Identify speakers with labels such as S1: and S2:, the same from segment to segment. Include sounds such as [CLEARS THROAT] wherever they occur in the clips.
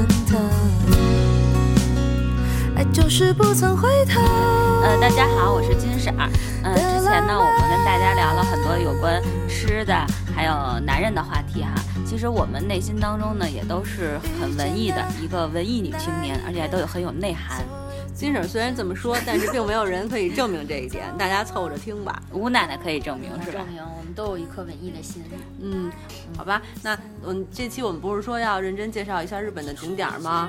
S1: 呃嗯
S2: 呃
S1: 有关吃的，还有男人的话题哈。其实我们内心当中呢，也都是很文艺的一个文艺女青年，而且还都有很有内涵。
S2: 金婶虽然这么说，但是并没有人可以证明这一点，大家凑合着听吧。
S1: 吴奶奶可以证明是吧
S3: 证？明我们都有一颗文艺的心。
S2: 嗯，好吧，那嗯，这期我们不是说要认真介绍一下日本的景点儿吗？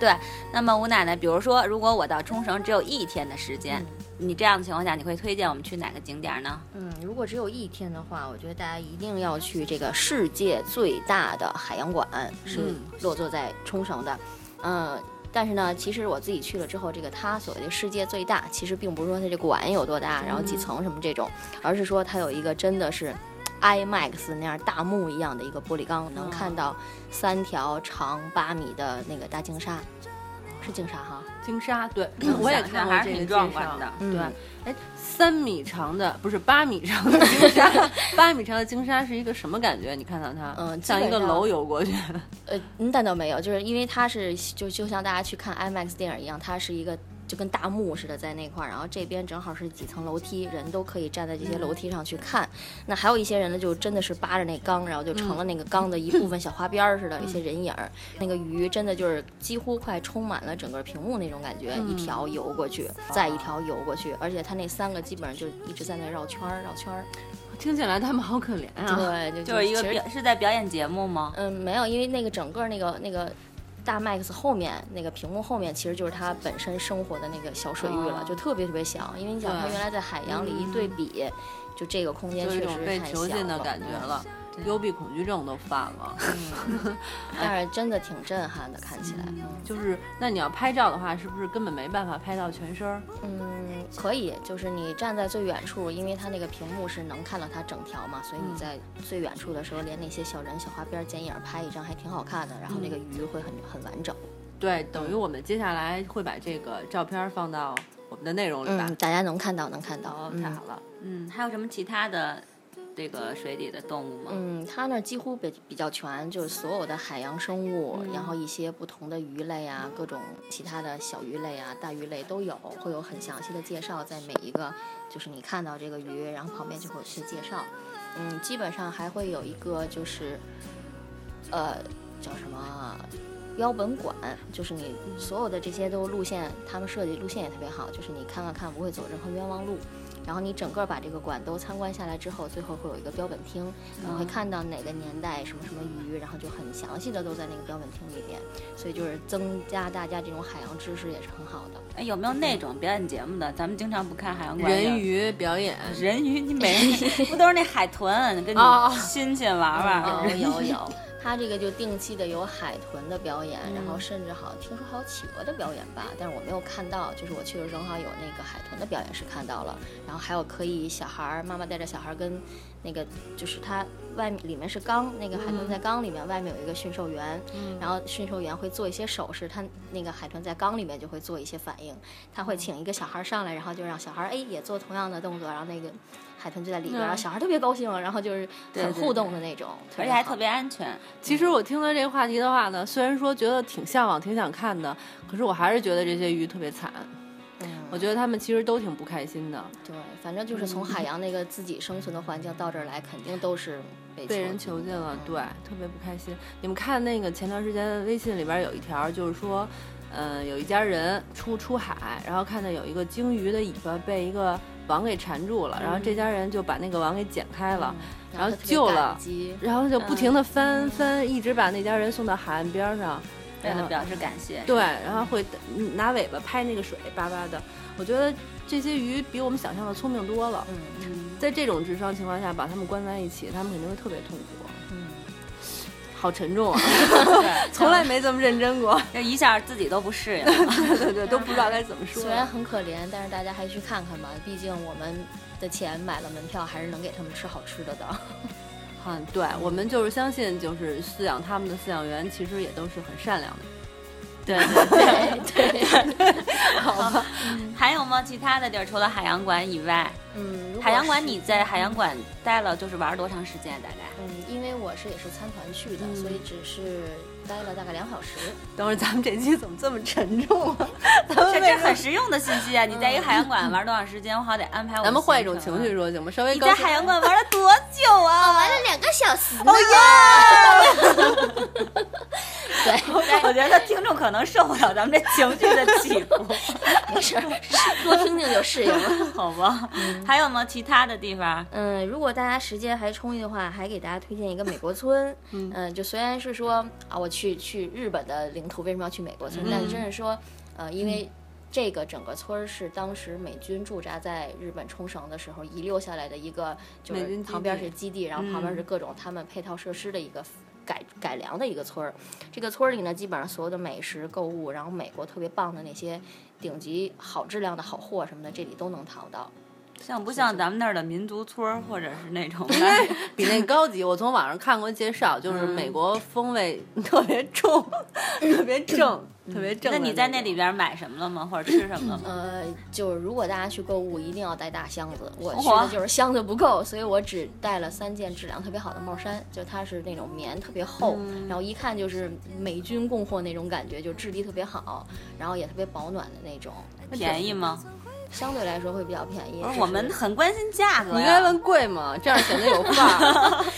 S1: 对。那么吴奶奶，比如说，如果我到冲绳只有一天的时间，你这样的情况下，你会推荐我们去哪个景点呢？
S3: 嗯，如果只有一天的话，我觉得大家一定要去这个世界最大的海洋馆，是
S2: 嗯
S3: 落座在冲绳的。嗯，但是呢，其实我自己去了之后，这个它所谓的世界最大，其实并不是说它这馆有多大，然后几层什么这种，而是说它有一个真的是 IMAX 那样大幕一样的一个玻璃缸，能看到三条长八米的那个大鲸鲨，是鲸鲨哈。
S2: 金沙，对，
S1: 嗯
S2: [LAUGHS] 我也
S1: 想
S2: 看
S1: 象
S2: 过
S1: 还
S2: 这
S1: 是
S2: 个
S1: 挺
S2: 介
S1: 壮
S2: 绍
S1: 观的。
S3: 嗯
S2: 对，哎，三米长的不是八米长的鲸鲨，八米长的鲸鲨是一个什么感觉？你看到它，
S3: 嗯基
S2: 像一
S3: 本
S2: 个
S3: 上
S2: 楼游过去，
S3: 呃，嗯但倒没有，就是因为它是就就像大家去看 IMAX 电影一样，它是一个就跟大幕似的在那块儿，然后这边正好是几层楼梯，人都可以站在这些楼梯上去看。那还有一些人呢，就真的是扒着那缸，然后就成了
S1: 嗯
S3: 那个缸的一部分小花边儿似的，一些人影儿。那个鱼真的就是几乎快充满了整个屏幕那种感觉，一条
S1: 嗯
S3: 游过去，再一条游过去，而且它那三个基本上就一直在那绕圈儿绕圈儿。
S2: 听起来他们好可怜啊。
S3: 对，就
S1: 就是一个
S3: 其实
S1: 表是在表演节目吗？
S3: 嗯，没有，因为那个整个那个那个大 Max 后面那个屏幕后面，其实就是他本身生活的那个小水域了，
S2: 哦
S3: 就特别特别小。因为你想，他
S2: 对嗯
S3: 原来在海洋里一对比，就这个空间
S2: 就
S3: 确
S2: 一
S3: 实
S2: 种被
S3: 太小
S2: 囚禁的感觉了，
S1: 对
S2: 幽闭恐惧症都犯了。 [LAUGHS]
S3: 嗯，但是真的挺震撼的，看起来。
S2: 嗯就是，那你要拍照的话，是不是根本没办法拍到全身儿？
S3: 嗯，可以，就是你站在最远处，因为它那个屏幕是能看到它整条嘛，所
S2: 嗯
S3: 以你在最远处的时候，连那些小人小花边剪影拍一张还挺好看的，然后那个
S2: 嗯
S3: 鱼会很很完整。
S2: 对，等于我们接下来会把这个照片儿放到我们的内容里吧
S3: 嗯，。大家能看到，能看到。
S2: 哦，
S3: 嗯
S2: 太好了。
S1: 嗯，还有什么其他的这个水底的动物吗？
S3: 嗯，它那儿几乎比比较全，就是所有的海洋生物，然后一些不同的鱼类啊，各种其他的小鱼类啊、大鱼类都有，会有很详细的介绍，在每一个就是你看到这个鱼，然后旁边就会有一些介绍。嗯，基本上还会有一个就是，呃，叫什么啊标本馆，就是你所有的这些都路线，他们设计路线也特别好，就是你看看看不会走任何冤枉路。然后你整个把这个馆都参观下来之后，最后会有一个标本厅，你会看到哪个年代什么什么鱼，然后就很详细的都在那个标本厅里面，所以就是增加大家这种海洋知识也是很好的。
S1: 哎，有没有那种表演节目的？咱们经常不看海洋馆有
S2: 人鱼表演，
S1: 人鱼，你每人不都是那海豚跟你
S2: 哦
S1: 亲戚玩玩？
S3: 哦，有有，他这个就定期的有海豚的表演，然后甚至好听说还有企鹅的表演吧，但是我没有看到，就是我去的时候好像有那个海豚的表演是看到了，然后还有可以小孩儿妈妈带着小孩儿跟那个就是它外面里面是缸，那个海豚在缸里面，外面有一个驯兽员，然后驯兽员会做一些手势，它那个海豚在缸里面就会做一些反应，他会请一个小孩儿上来，然后就让小孩儿哎也做同样的动作，然后那个。海豚就在里边儿，然后小孩儿特别高兴，然后就是
S1: 对
S3: 很
S1: 对
S3: 互
S1: 对
S3: 动的那种，
S1: 而且还
S3: 好
S1: 特别安全。
S2: 其实我听了这个话题的话呢，虽然说觉得挺向往、挺想看的，可是我还是觉得这些鱼特别惨。我觉得他们其实都挺不开心的，
S3: 嗯对，反正就是从海洋那个自己生存的环境到这儿来，肯定都是被
S2: 被
S3: 被
S2: 人囚禁了，对，特别不开心。你们看那个前段时间微信里边有一条，就是说，嗯，有一家人出出海，然后看见有一个鲸鱼的尾巴被一个网给缠住了，然后这家人就把那个网给剪开了，然后
S3: 特别
S2: 救
S3: 感
S2: 了，嗯
S3: 激
S2: 然后就不停的翻翻，一直把那家人送到海岸边上。
S1: 为了表示感谢，
S2: 对，然后会嗯拿尾巴拍那个水，叭叭的。我觉得这些鱼比我们想象的聪明多了。
S3: 嗯
S2: 在这种智商情况下，把它们关在一起，它们肯定会特别痛苦，
S3: 嗯，
S2: 好沉重啊！ [LAUGHS]
S1: 对，
S2: 从来没这么认真过，
S1: 这一下自己都不
S2: [LAUGHS]
S1: 适应。
S2: 对对对，都不知道该怎么说
S3: 虽。然很可怜，但是大家还去看看吧，毕竟我们的钱买了门票，还是能给他们吃好吃的的。
S2: 嗯，对，我们就是相信，就是饲养它们的饲养员其实也都是很善良的。
S1: 对对对，
S3: 对，
S1: 还有吗？其他的地儿除了海洋馆以外，
S3: [LAUGHS] 嗯，如如果
S1: 海洋馆
S3: 是
S1: 你在海洋馆待了就是玩儿多长时间？大概
S3: 嗯，因为我是也是参团去的，
S2: 嗯
S3: 所以只是待了大概两小时。
S2: 等会儿咱们这期怎么这么沉重啊？
S1: 这这很实用的信息啊！你在一个海洋馆玩多长时间？我好得安排我。啊
S2: [LAUGHS] 嗯咱们换一种情绪。说行吗？稍微
S1: 你
S2: 高
S1: 在
S2: 兴
S1: 海洋馆玩了多久啊？
S2: [LAUGHS]
S3: 玩了两个小时呢。 [LAUGHS] 对，
S1: 我觉得听众可能受不了咱们这情绪的起
S2: [LAUGHS]
S1: 伏，
S3: 没事儿，多听听就适应了。
S1: 好吧？
S2: 嗯
S1: 还有吗？其他的地方？
S3: 嗯，如果大家时间还充裕的话，还给大家推荐一个美
S2: [LAUGHS]
S3: 国村。嗯、就虽然是说啊，我去去日本的领土，为什么要去美国村？但是
S2: 嗯
S3: 真是说，呃，因为这个整个村儿是当时美军驻扎在日本冲绳的时候遗留下来的一个，就
S2: 美军基
S3: 是
S2: 地
S3: 旁边是基地，然后旁边
S1: 嗯
S3: 是各种他们配套设施的一个。改改良的一个村儿，这个村儿里呢，基本上所有的美食、购物，然后美国特别棒的那些顶级好质量的好货什么的，这里都能淘到。
S1: 像不像咱们那儿的民族村儿，或者是那种
S2: 比那高级。我从网上看过介绍，就是
S1: 嗯
S2: 美国风味特别重，特别正，特别正
S1: 那
S2: 的种。嗯
S1: 你在那里边买什么了吗？或者吃什么了吗？
S3: 呃，就是如果大家去购物，一定要带大箱子。我去
S1: 哇
S3: 的就是箱子不够，所以我只带了三件质量特别好的帽衫，就它是那种棉特别厚，
S1: 嗯
S3: 然后一看就是美军供货那种感觉，就质地特别好，然后也特别保暖的那种，
S2: 嗯
S1: 便宜吗？
S3: 相对来说会比较便宜
S1: 不。是，
S3: 只是
S1: 啊我们很关心价格呀。
S2: 你
S1: 哦
S2: 应该问贵吗？这样显得有范儿。 [LAUGHS]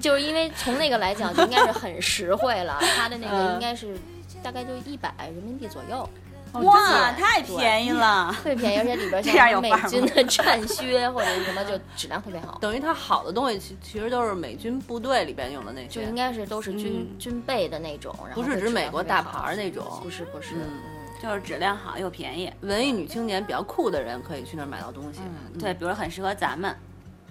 S3: 就是因为从那个来讲，就应该是很实惠了，它的那
S1: 嗯
S3: 个应该是大概就一百人民币左右。
S1: 哇，
S3: 真的
S1: 太便宜
S2: [LAUGHS]
S1: 了！
S3: 特别便宜，而且里边
S1: 这样有
S3: 像美
S1: 范儿吗
S3: 军的战靴或者是什么，就质量特别好。
S2: 等于它好的东西，其其实都是美军部队里边用的那
S3: 就
S2: 些
S3: 应。该是都是军、
S1: 嗯
S3: 军备的那种，然后
S2: 不是
S3: 会
S2: 指
S3: 质
S2: 美
S3: 量
S2: 国
S3: 特别
S2: 大
S3: 好
S2: 牌儿那种
S3: 不是不是，
S2: 嗯
S3: 嗯
S1: 就是质量好又便宜。
S2: 文艺女青年比较酷的人可以去那儿买到东西。
S1: 嗯，对，比如很适合咱们。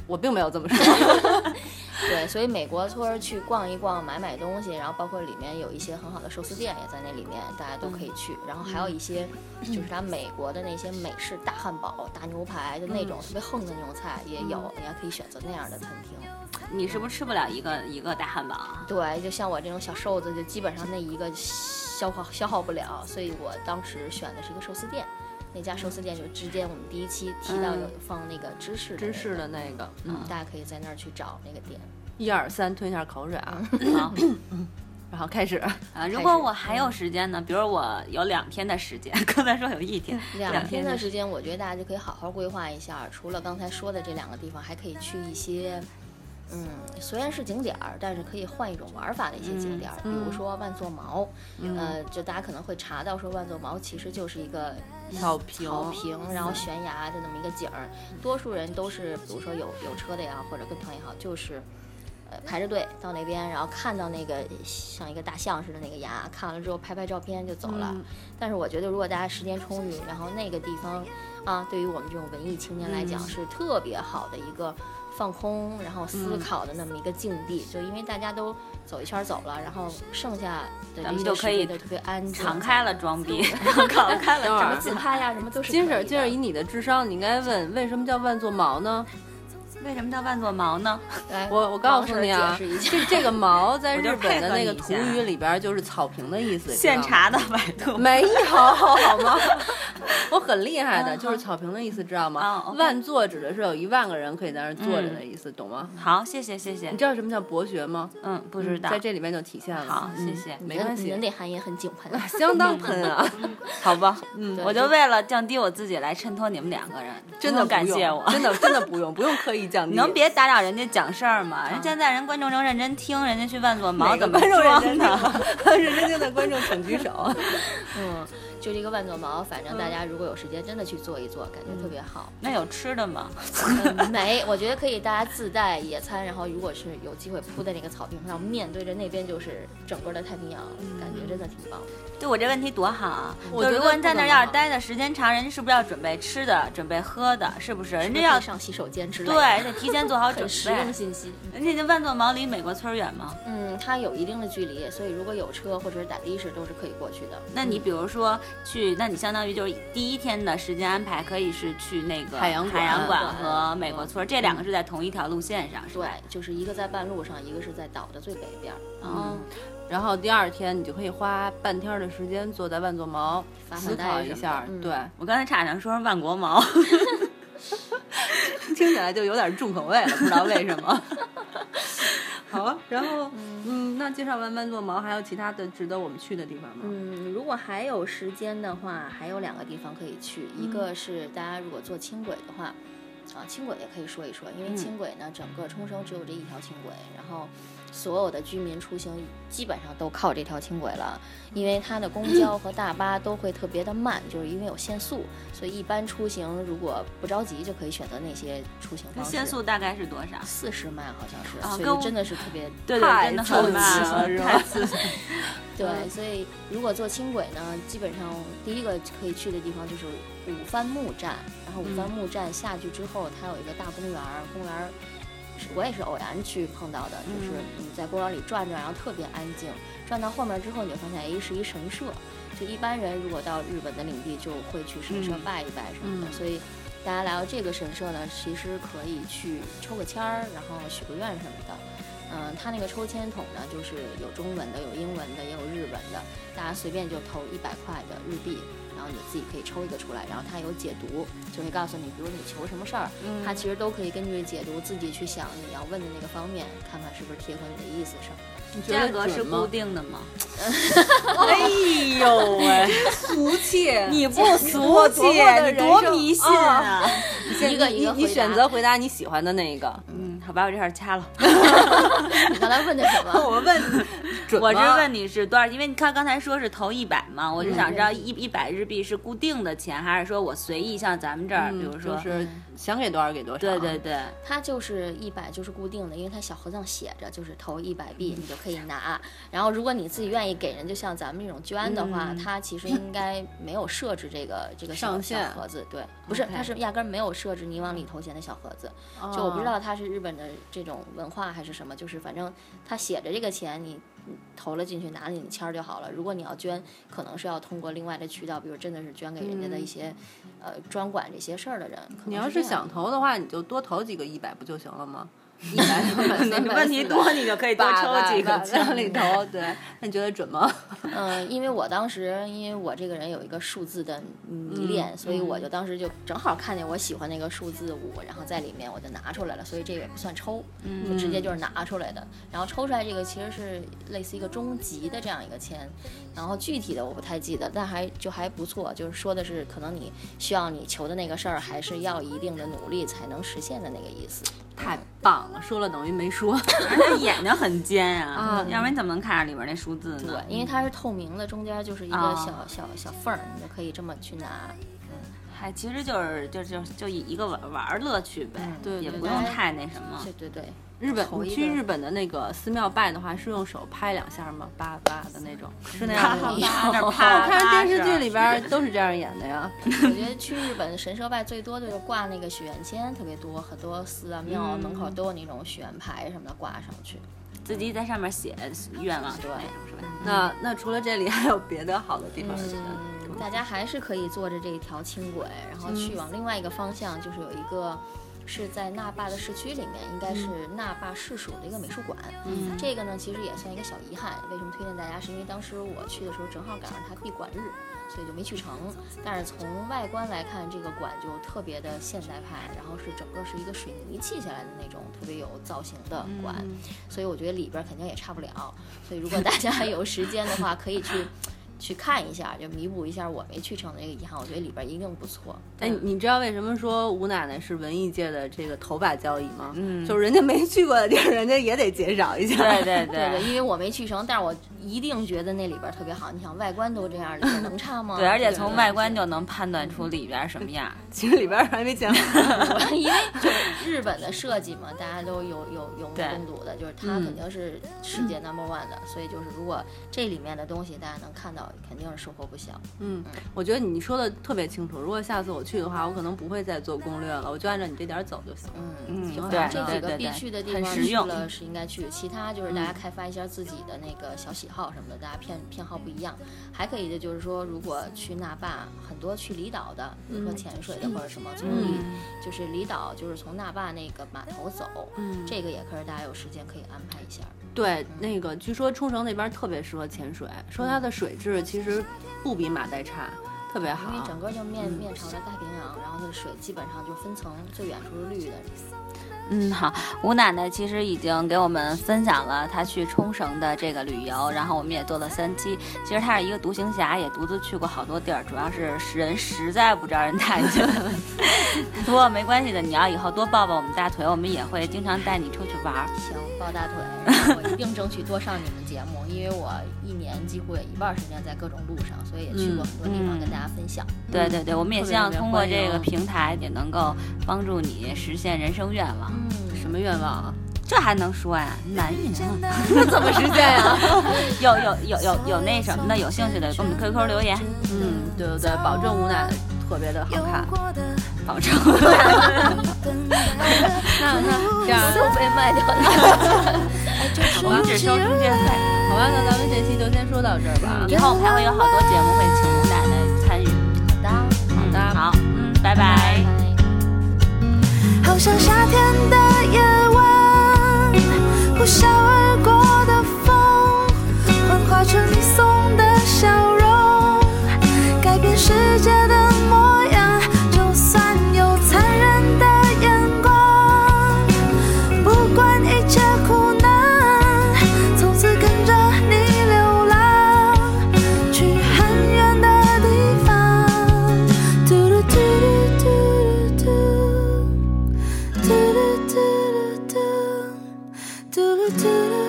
S2: 我并没有这么说。 [LAUGHS]
S3: 对，所以美国村儿去逛一逛，买买东西，然后包括里面有一些很好的寿司店也在那里面，大家都
S2: 嗯
S3: 可以去。然后还有一些就是它美国的那些美式大汉堡、大牛排的那
S2: 嗯
S3: 种特别横的那种菜也有，大家可以选择那样的餐厅。
S1: 你是不是吃不了一个一个大汉堡啊？
S2: [CLEARS THROAT]
S3: 对，就像我这种小瘦子，就基本上那一个消化消耗不了，所以我当时选的是一个寿司店。那家寿司店就之间我们第一期提到有放那个芝士的那
S2: 芝
S3: 个
S2: 士的那个，嗯，
S3: 大家可以在那儿去找那个店。
S2: 一二三，吞一下口水啊，
S1: 好
S2: [LAUGHS] 然后
S1: [LAUGHS]
S2: 开始。
S1: 啊，如
S3: 始
S1: 果我
S2: 嗯
S1: 还有时间呢，比如我有两天的时间， [LAUGHS] 刚才说有一天，
S3: 两
S1: 天
S3: 天的时间，我觉得大家就可以好好规划一下。除了刚才说的这两个地方，还可以去一些，嗯，虽然是景点儿，但是可以换一种玩法的一些景点儿，比如说万座毛，呃，就大家可能会查到说万座毛其实就是一个
S2: 草坪
S1: 哦
S3: 草坪，然后悬崖的那么一个景儿。多数人都是，比如说有有车的呀，或者跟团也好，就是。呃，排着队到那边，然后看到那个像一个大象似的那个崖，看完了之后拍拍照片就走了。
S1: 嗯
S2: 嗯
S3: 但是我觉得，如果大家时间充裕，然后那个地方啊，对于我们这种文艺青年来讲，
S1: 嗯
S3: 是特别好的一个放空，然后
S1: 嗯
S3: 思考的那么一个境地。就因为大家都走一圈走了，然后剩下
S1: 咱
S3: 的这
S1: 们
S3: 些
S1: 就可以
S3: 时间就特别安静，啊
S1: 敞开了装逼，敞开
S2: [LAUGHS] 等
S1: 了
S2: 会
S1: 装
S2: 儿
S1: 逼。
S3: 自拍呀、什么都是可以
S2: 金
S3: 的。
S2: 婶，金婶，以你的智商，你应该问为什么叫万座毛呢？
S1: 为什么叫万座毛呢？
S3: 来，
S2: 我我告诉你啊
S3: 王婶儿解释一，下
S2: 这这个毛在
S1: 我就
S2: 日本的那个
S1: 配合
S2: 土
S1: 你一下
S2: 语里边就是草坪的意思，
S1: 现
S2: 你知道
S1: 查
S2: 吗。
S1: 的百度。 [LAUGHS]
S2: 没有好 [LAUGHS] 吗？我很厉害的，
S1: 嗯
S2: 就是草坪的意思，知道
S1: 啊
S2: 吗？
S1: ，OK 嗯
S2: 万座指的是有一万个人可以在那儿坐着的意思，懂吗？
S1: 好，谢谢谢谢
S2: 你。知道什么叫博学吗？
S1: 嗯，不知道
S2: 在。这里面就体现了。
S1: 好，
S2: 嗯
S1: 谢谢。
S3: [LAUGHS]
S2: 没关
S3: 你
S2: 系
S3: 的，内涵也很井喷。
S2: [LAUGHS] 相当喷啊，
S1: [LAUGHS]
S2: 好吧，嗯，
S3: 对
S1: 我就为了降低我自己来衬托你们两个人，
S2: 真
S1: 不 [LAUGHS]
S2: 的。
S1: 用感谢我
S2: 真的真的不用，不用刻意降低。
S1: 你能别打扰人家讲事儿吗？人现在人观众能认真听，人家去万座毛
S2: 啊哪
S1: 怎
S2: 个
S1: 么
S2: 观众认
S1: 装
S2: 真
S1: 呢？
S2: [LAUGHS] 听？啊认真听的观众请举手。
S3: 嗯，就这个万座毛，反
S2: 嗯
S3: 正大家如果有时间，真的去坐一坐，感觉特
S2: [LAUGHS]
S3: 别好。
S1: 那有吃的吗？
S3: 嗯没，我觉得可以大家自带野餐，然后如果是有机会铺在那个草坪上，面对着那边就是整个的太平洋，
S2: 嗯
S3: 感觉真的挺棒的。
S1: 对我这问题多好啊！
S2: 我
S1: 就如
S2: 觉得
S1: 果你在
S2: 不
S1: 那儿
S2: 怎么
S1: 要是
S2: 好
S1: 待的时间长，人家是不是要准备吃的、准备喝的？是不是？人家
S3: 是不是可
S1: 要
S3: 以上洗手间之类的，
S1: 对，得提前做好准
S3: 很实用
S1: 备。
S3: 信息。
S1: 人家这万座毛离美国村儿远吗？
S3: 嗯，它有一定的距离，所以如果有车或者是打的士都是可以过去的。
S1: 那你比如说去，那你相当于就是第一天的时间安排可以是去那个
S2: 海洋馆
S1: 海洋馆
S3: 对
S1: 和美国村儿，这两个是在同一条路线上，是
S3: 对
S1: 吧？，
S3: 就是一个在半路上，一个是在岛的最北边儿，
S1: 嗯，
S2: 然后第二天你就可以花半天儿的时间坐在万座毛
S3: 发发
S2: 思
S3: 呆
S2: 考
S3: 什
S2: 一
S3: 么
S2: 下儿
S3: 的，嗯
S2: 对，
S1: 我刚才差点说是万国毛，
S2: 听起来就有点重口味了，不知道为什
S1: [LAUGHS]
S2: 么。好啊，然后嗯，那介绍完万座毛，还有其他的值得我们去的地方吗？
S3: 嗯，如果还有时间的话，还有两个地方可以去，一个是大家如果坐轻轨的话，啊，轻轨也可以说一说，因为
S2: 嗯
S3: 轻轨呢，整个冲绳只有这一条轻轨，然后所有的居民出行基本上都靠这条轻轨了，因为它的公交和大巴都会特别的慢，就是因为有限速，所以一般出行如果不着急就可以选择那些出行
S1: 那
S3: 方式。
S1: 限速大概是多少？
S3: 四十迈好像是，
S1: 啊
S3: 所
S1: 跟我
S3: 以真的是特别
S1: 对对，
S2: 太
S1: 真的
S2: 刺激
S1: 很慢啊
S2: 了是吧 [LAUGHS]
S1: 太刺激了。
S3: 对，
S2: 嗯
S3: 所以如果坐轻轨呢，基本上第一个可以去的地方就是五番木站，然后五
S2: 嗯
S3: 番木站下去之后，它有一个大公园儿，公园儿是我也是偶然去碰到的，就是
S2: 嗯
S3: 你在公园里转转，然后特别安静，转到后面之后，你就发现哎是一神社，就一般人如果到日本的领地就会去神社
S2: 嗯
S3: 拜一拜什么的，
S2: 嗯
S3: 所以。大家来到这个神社呢，其实可以去抽个签儿，然后许个愿什么的。嗯，它那个抽签筒呢，就是有中文的，有英文的，也有日文的，大家随便就投一百块的日币，然后你自己可以抽一个出来，然后它有解读，就会告诉你，比如你求什么事儿，
S2: 嗯
S3: 它其实都可以根据解读自己去想你要问的那个方面，看看是不是贴合你的意思什么的。
S2: 你觉
S1: 价
S2: 得
S1: 格是
S2: 准吗
S1: 固定的吗？
S2: [LAUGHS] 哎呦
S1: [LAUGHS]
S2: 喂，俗气！
S1: 你
S2: [LAUGHS]
S1: 不
S2: 多
S1: 俗气，啊
S2: 多么的
S1: 你多
S2: 人生
S1: 迷信啊！
S2: 先
S3: 一个
S2: 你
S3: 一个
S2: 你
S3: 回答
S2: 选择回答你喜欢的那一个。
S1: 嗯，好吧，我这儿掐了。
S3: 你刚才问的什么？
S2: 我
S1: [LAUGHS]
S2: 问你，准吗
S1: 我是问你是多少？因为你看刚才说是投一百嘛，
S2: 嗯
S1: 我就想知道一一百日币是固定的钱，还是说我随意像咱们这儿，比如说嗯
S2: 嗯就，是啊想给多少给多少。
S1: 对对对，
S3: 它就是一百，就是固定的，因为它小盒子上写着，就是投一百
S2: 嗯
S3: 币你就可以拿。然后如果你自己愿意给人，就像咱们这种捐的话，
S2: 嗯
S3: 它其实应该没有设置这个这个小
S2: 上限
S3: 小盒子，对，不是，
S2: OK
S3: 它是压根儿没有设置你往里投钱的小盒子。
S2: 哦，
S3: 就我不知道它是日本的这种文化还是什么，就是反正它写着这个钱你你投了进去，拿了你签儿就好了。如果你要捐，可能是要通过另外的渠道，比如真的是捐给人家的一些、呃专管这些事儿的人。
S2: 嗯
S3: 可能
S2: 你要
S3: 是
S2: 是
S3: 这样
S2: 想投的话，你就多投几个一百不就行了吗？一百、两百、三百，
S1: 问题多，你就可以多抽几个 [LAUGHS]
S2: 往里投。对，那你觉得准吗？ [LAUGHS]
S3: 的，嗯、因为我当时因为我这个人有一个数字的迷恋，所以我就当时就正好看见我喜欢那个数字五，然后在里面我就拿出来了，所以这个也不算抽，就直接就是拿出来的。然后抽出来这个其实是类似一个中级的这样一个签，然后具体的我不太记得，但还就还不错，就是说的是可能你需要你求的那个事儿，还是要一定的努力才能实现的那个意思。
S2: 太棒了，说了等于没说。
S1: 他眼睛很尖啊
S2: 啊，
S1: 要不然你怎么能看着里边那数字呢？
S3: 对，因为它是透明的，中间就是一个
S1: 哦
S3: 小、小小缝儿，你就可以这么去拿。
S1: 嗨，哎其实就是就就就以一个玩玩儿乐趣呗，
S2: 嗯对
S1: 也
S2: 对
S1: 不用
S3: 对
S1: 太那什么。
S3: 对对对，
S2: [LAUGHS] 日本，
S3: 投一
S2: 你
S3: 个
S2: 去日本的那个寺庙拜的话，是用手拍两下吗？叭叭的那种，是那
S1: [LAUGHS]
S2: 样吗？
S1: 啪啪
S2: 我
S1: 啪！
S2: 看
S1: 是
S2: 电视剧里边都是这样演的呀。
S3: 我觉得去日本神社拜最多的就是挂那个许愿签，特别多，很多寺啊庙啊门口都有那种许愿牌什么的挂上去。
S1: 自己在上面写愿望之类的，是吧？
S2: 那那除了这里，还有别的好的地方？我觉得
S3: 嗯，大家还是可以坐着这一条轻轨，然后去往另外一个方向，就是有一个是在那霸的市区里面，应该是那霸市属的一个美术馆。
S2: 嗯
S3: 这个呢其实也算一个小遗憾。为什么推荐大家？是因为当时我去的时候正好赶上它闭馆日，所以就没去成。但是从外观来看，这个馆就特别的现代派，然后是整个是一个水泥砌起来的那种特别有造型的馆。
S2: 嗯
S3: 所以我觉得里边儿肯定也差不了。所以如果大家 [LAUGHS] 有时间的话，可以去去看一下，就弥补一下我没去成的这个遗憾。我觉得里边儿一定不错。
S2: 哎，你你知道为什么说吴奶奶是文艺界的这个头把交椅吗？
S1: 嗯
S2: 就是人家没去过的地儿，人家也得介绍一下。
S1: 对对
S3: 对对，因为我没去成，但是我一定觉得那里边儿特别好。你想外观都这样，里边儿能差
S1: [LAUGHS]
S3: 吗？
S1: 对，而
S2: 啊
S1: 且
S3: 这种
S1: 从外观
S3: 东
S1: 就
S3: 西
S1: 能判断出里边什么
S2: [LAUGHS]
S1: 样。
S2: 其实里边还没 [LAUGHS] 讲完。
S3: 因为就是日本的设计嘛，大家都有有有目
S1: 对嗯
S3: 共睹的，就是它肯定是
S1: [CLEARS THROAT]
S3: 世界 number one 的，所以就是如果这里面的东西大家能看到，肯定是收获不小。
S2: 嗯，我觉得你说的特别清楚。如果下次我去的话，我可能不会再做攻略了，我就按照你这点儿走就行了。
S3: 嗯，
S1: 嗯，
S2: 挺好
S1: 对
S2: 的
S3: 这
S1: 对对
S3: 几个
S1: 对
S3: 必，去的地
S1: 很
S3: 方
S1: 实
S3: 去
S1: 用嗯
S3: 了是应该去，其他就是大家开发一下自己的那个小喜好什么的，大家偏偏好不一样。还可以的就是说，如果去那霸，很多去离岛的，比如
S2: 嗯
S3: 说潜水的或者什么，从离就是离岛就是从那霸那个码头走，
S2: 嗯
S3: 这个也可是大家有时间可以安排一下。
S2: 对，那嗯个据说冲绳那边特别适合潜水，说它的水质其实不比马代差，特别
S3: 因为
S2: 好嗯
S3: 整。个就面面朝着太平洋，然后那个水基本上就分层，最远处是绿的。
S1: 嗯，好，吴奶奶其实已经给我们分享了她去冲绳的这个旅游，然后我们也做了三期。其实她是一个独行侠，也独自去过好多地儿，主要是人实在不知道人带去了。 [LAUGHS] 不过没关系的，你要以后多抱抱我们大腿，我们也会经常带你出去玩儿。
S3: 行，抱大腿，然后我一定争取多上你们节目，因为我一年几乎有一半儿时间在各种路上，所以也去过很多地方
S2: 嗯
S3: 跟大家分享。
S1: 对对对，我们也
S2: 特
S1: 希
S2: 别
S1: 望
S2: 特别
S1: 通过
S2: 欢迎哦
S1: 这个平台也能够帮助你实现人生愿望。
S3: 嗯，
S2: 什么愿望 [LAUGHS] 啊？
S1: 这还能说呀？难以呢。
S2: 那怎么实现啊呀？ [LAUGHS]
S1: 有有有 [LAUGHS] 有有那什么的，有兴趣的给我们 QQ 留言，嗯
S2: 嗯，对对对，保证吴奶奶特别的好看。
S1: 保证。 [LAUGHS]
S2: 那那 [LAUGHS] 这样，
S3: 都被卖掉了。
S1: 我们只收中介费。
S2: 好吧，那咱们这期就先说到这儿吧。
S1: 以后我们还会有好多节目会请吴奶奶参与。
S3: 当
S1: 好
S2: 的
S1: 好，嗯，拜拜
S3: 拜。
S4: 好像夏天的夜晚，呼啸而过的风，幻化成你送的笑容，改变世界的模样。就算有残忍的眼光，不管一切苦难，从此跟着你流浪，去很远的地方。嘟噜嘟噜嘟噜嘟。Do do do do do do do do.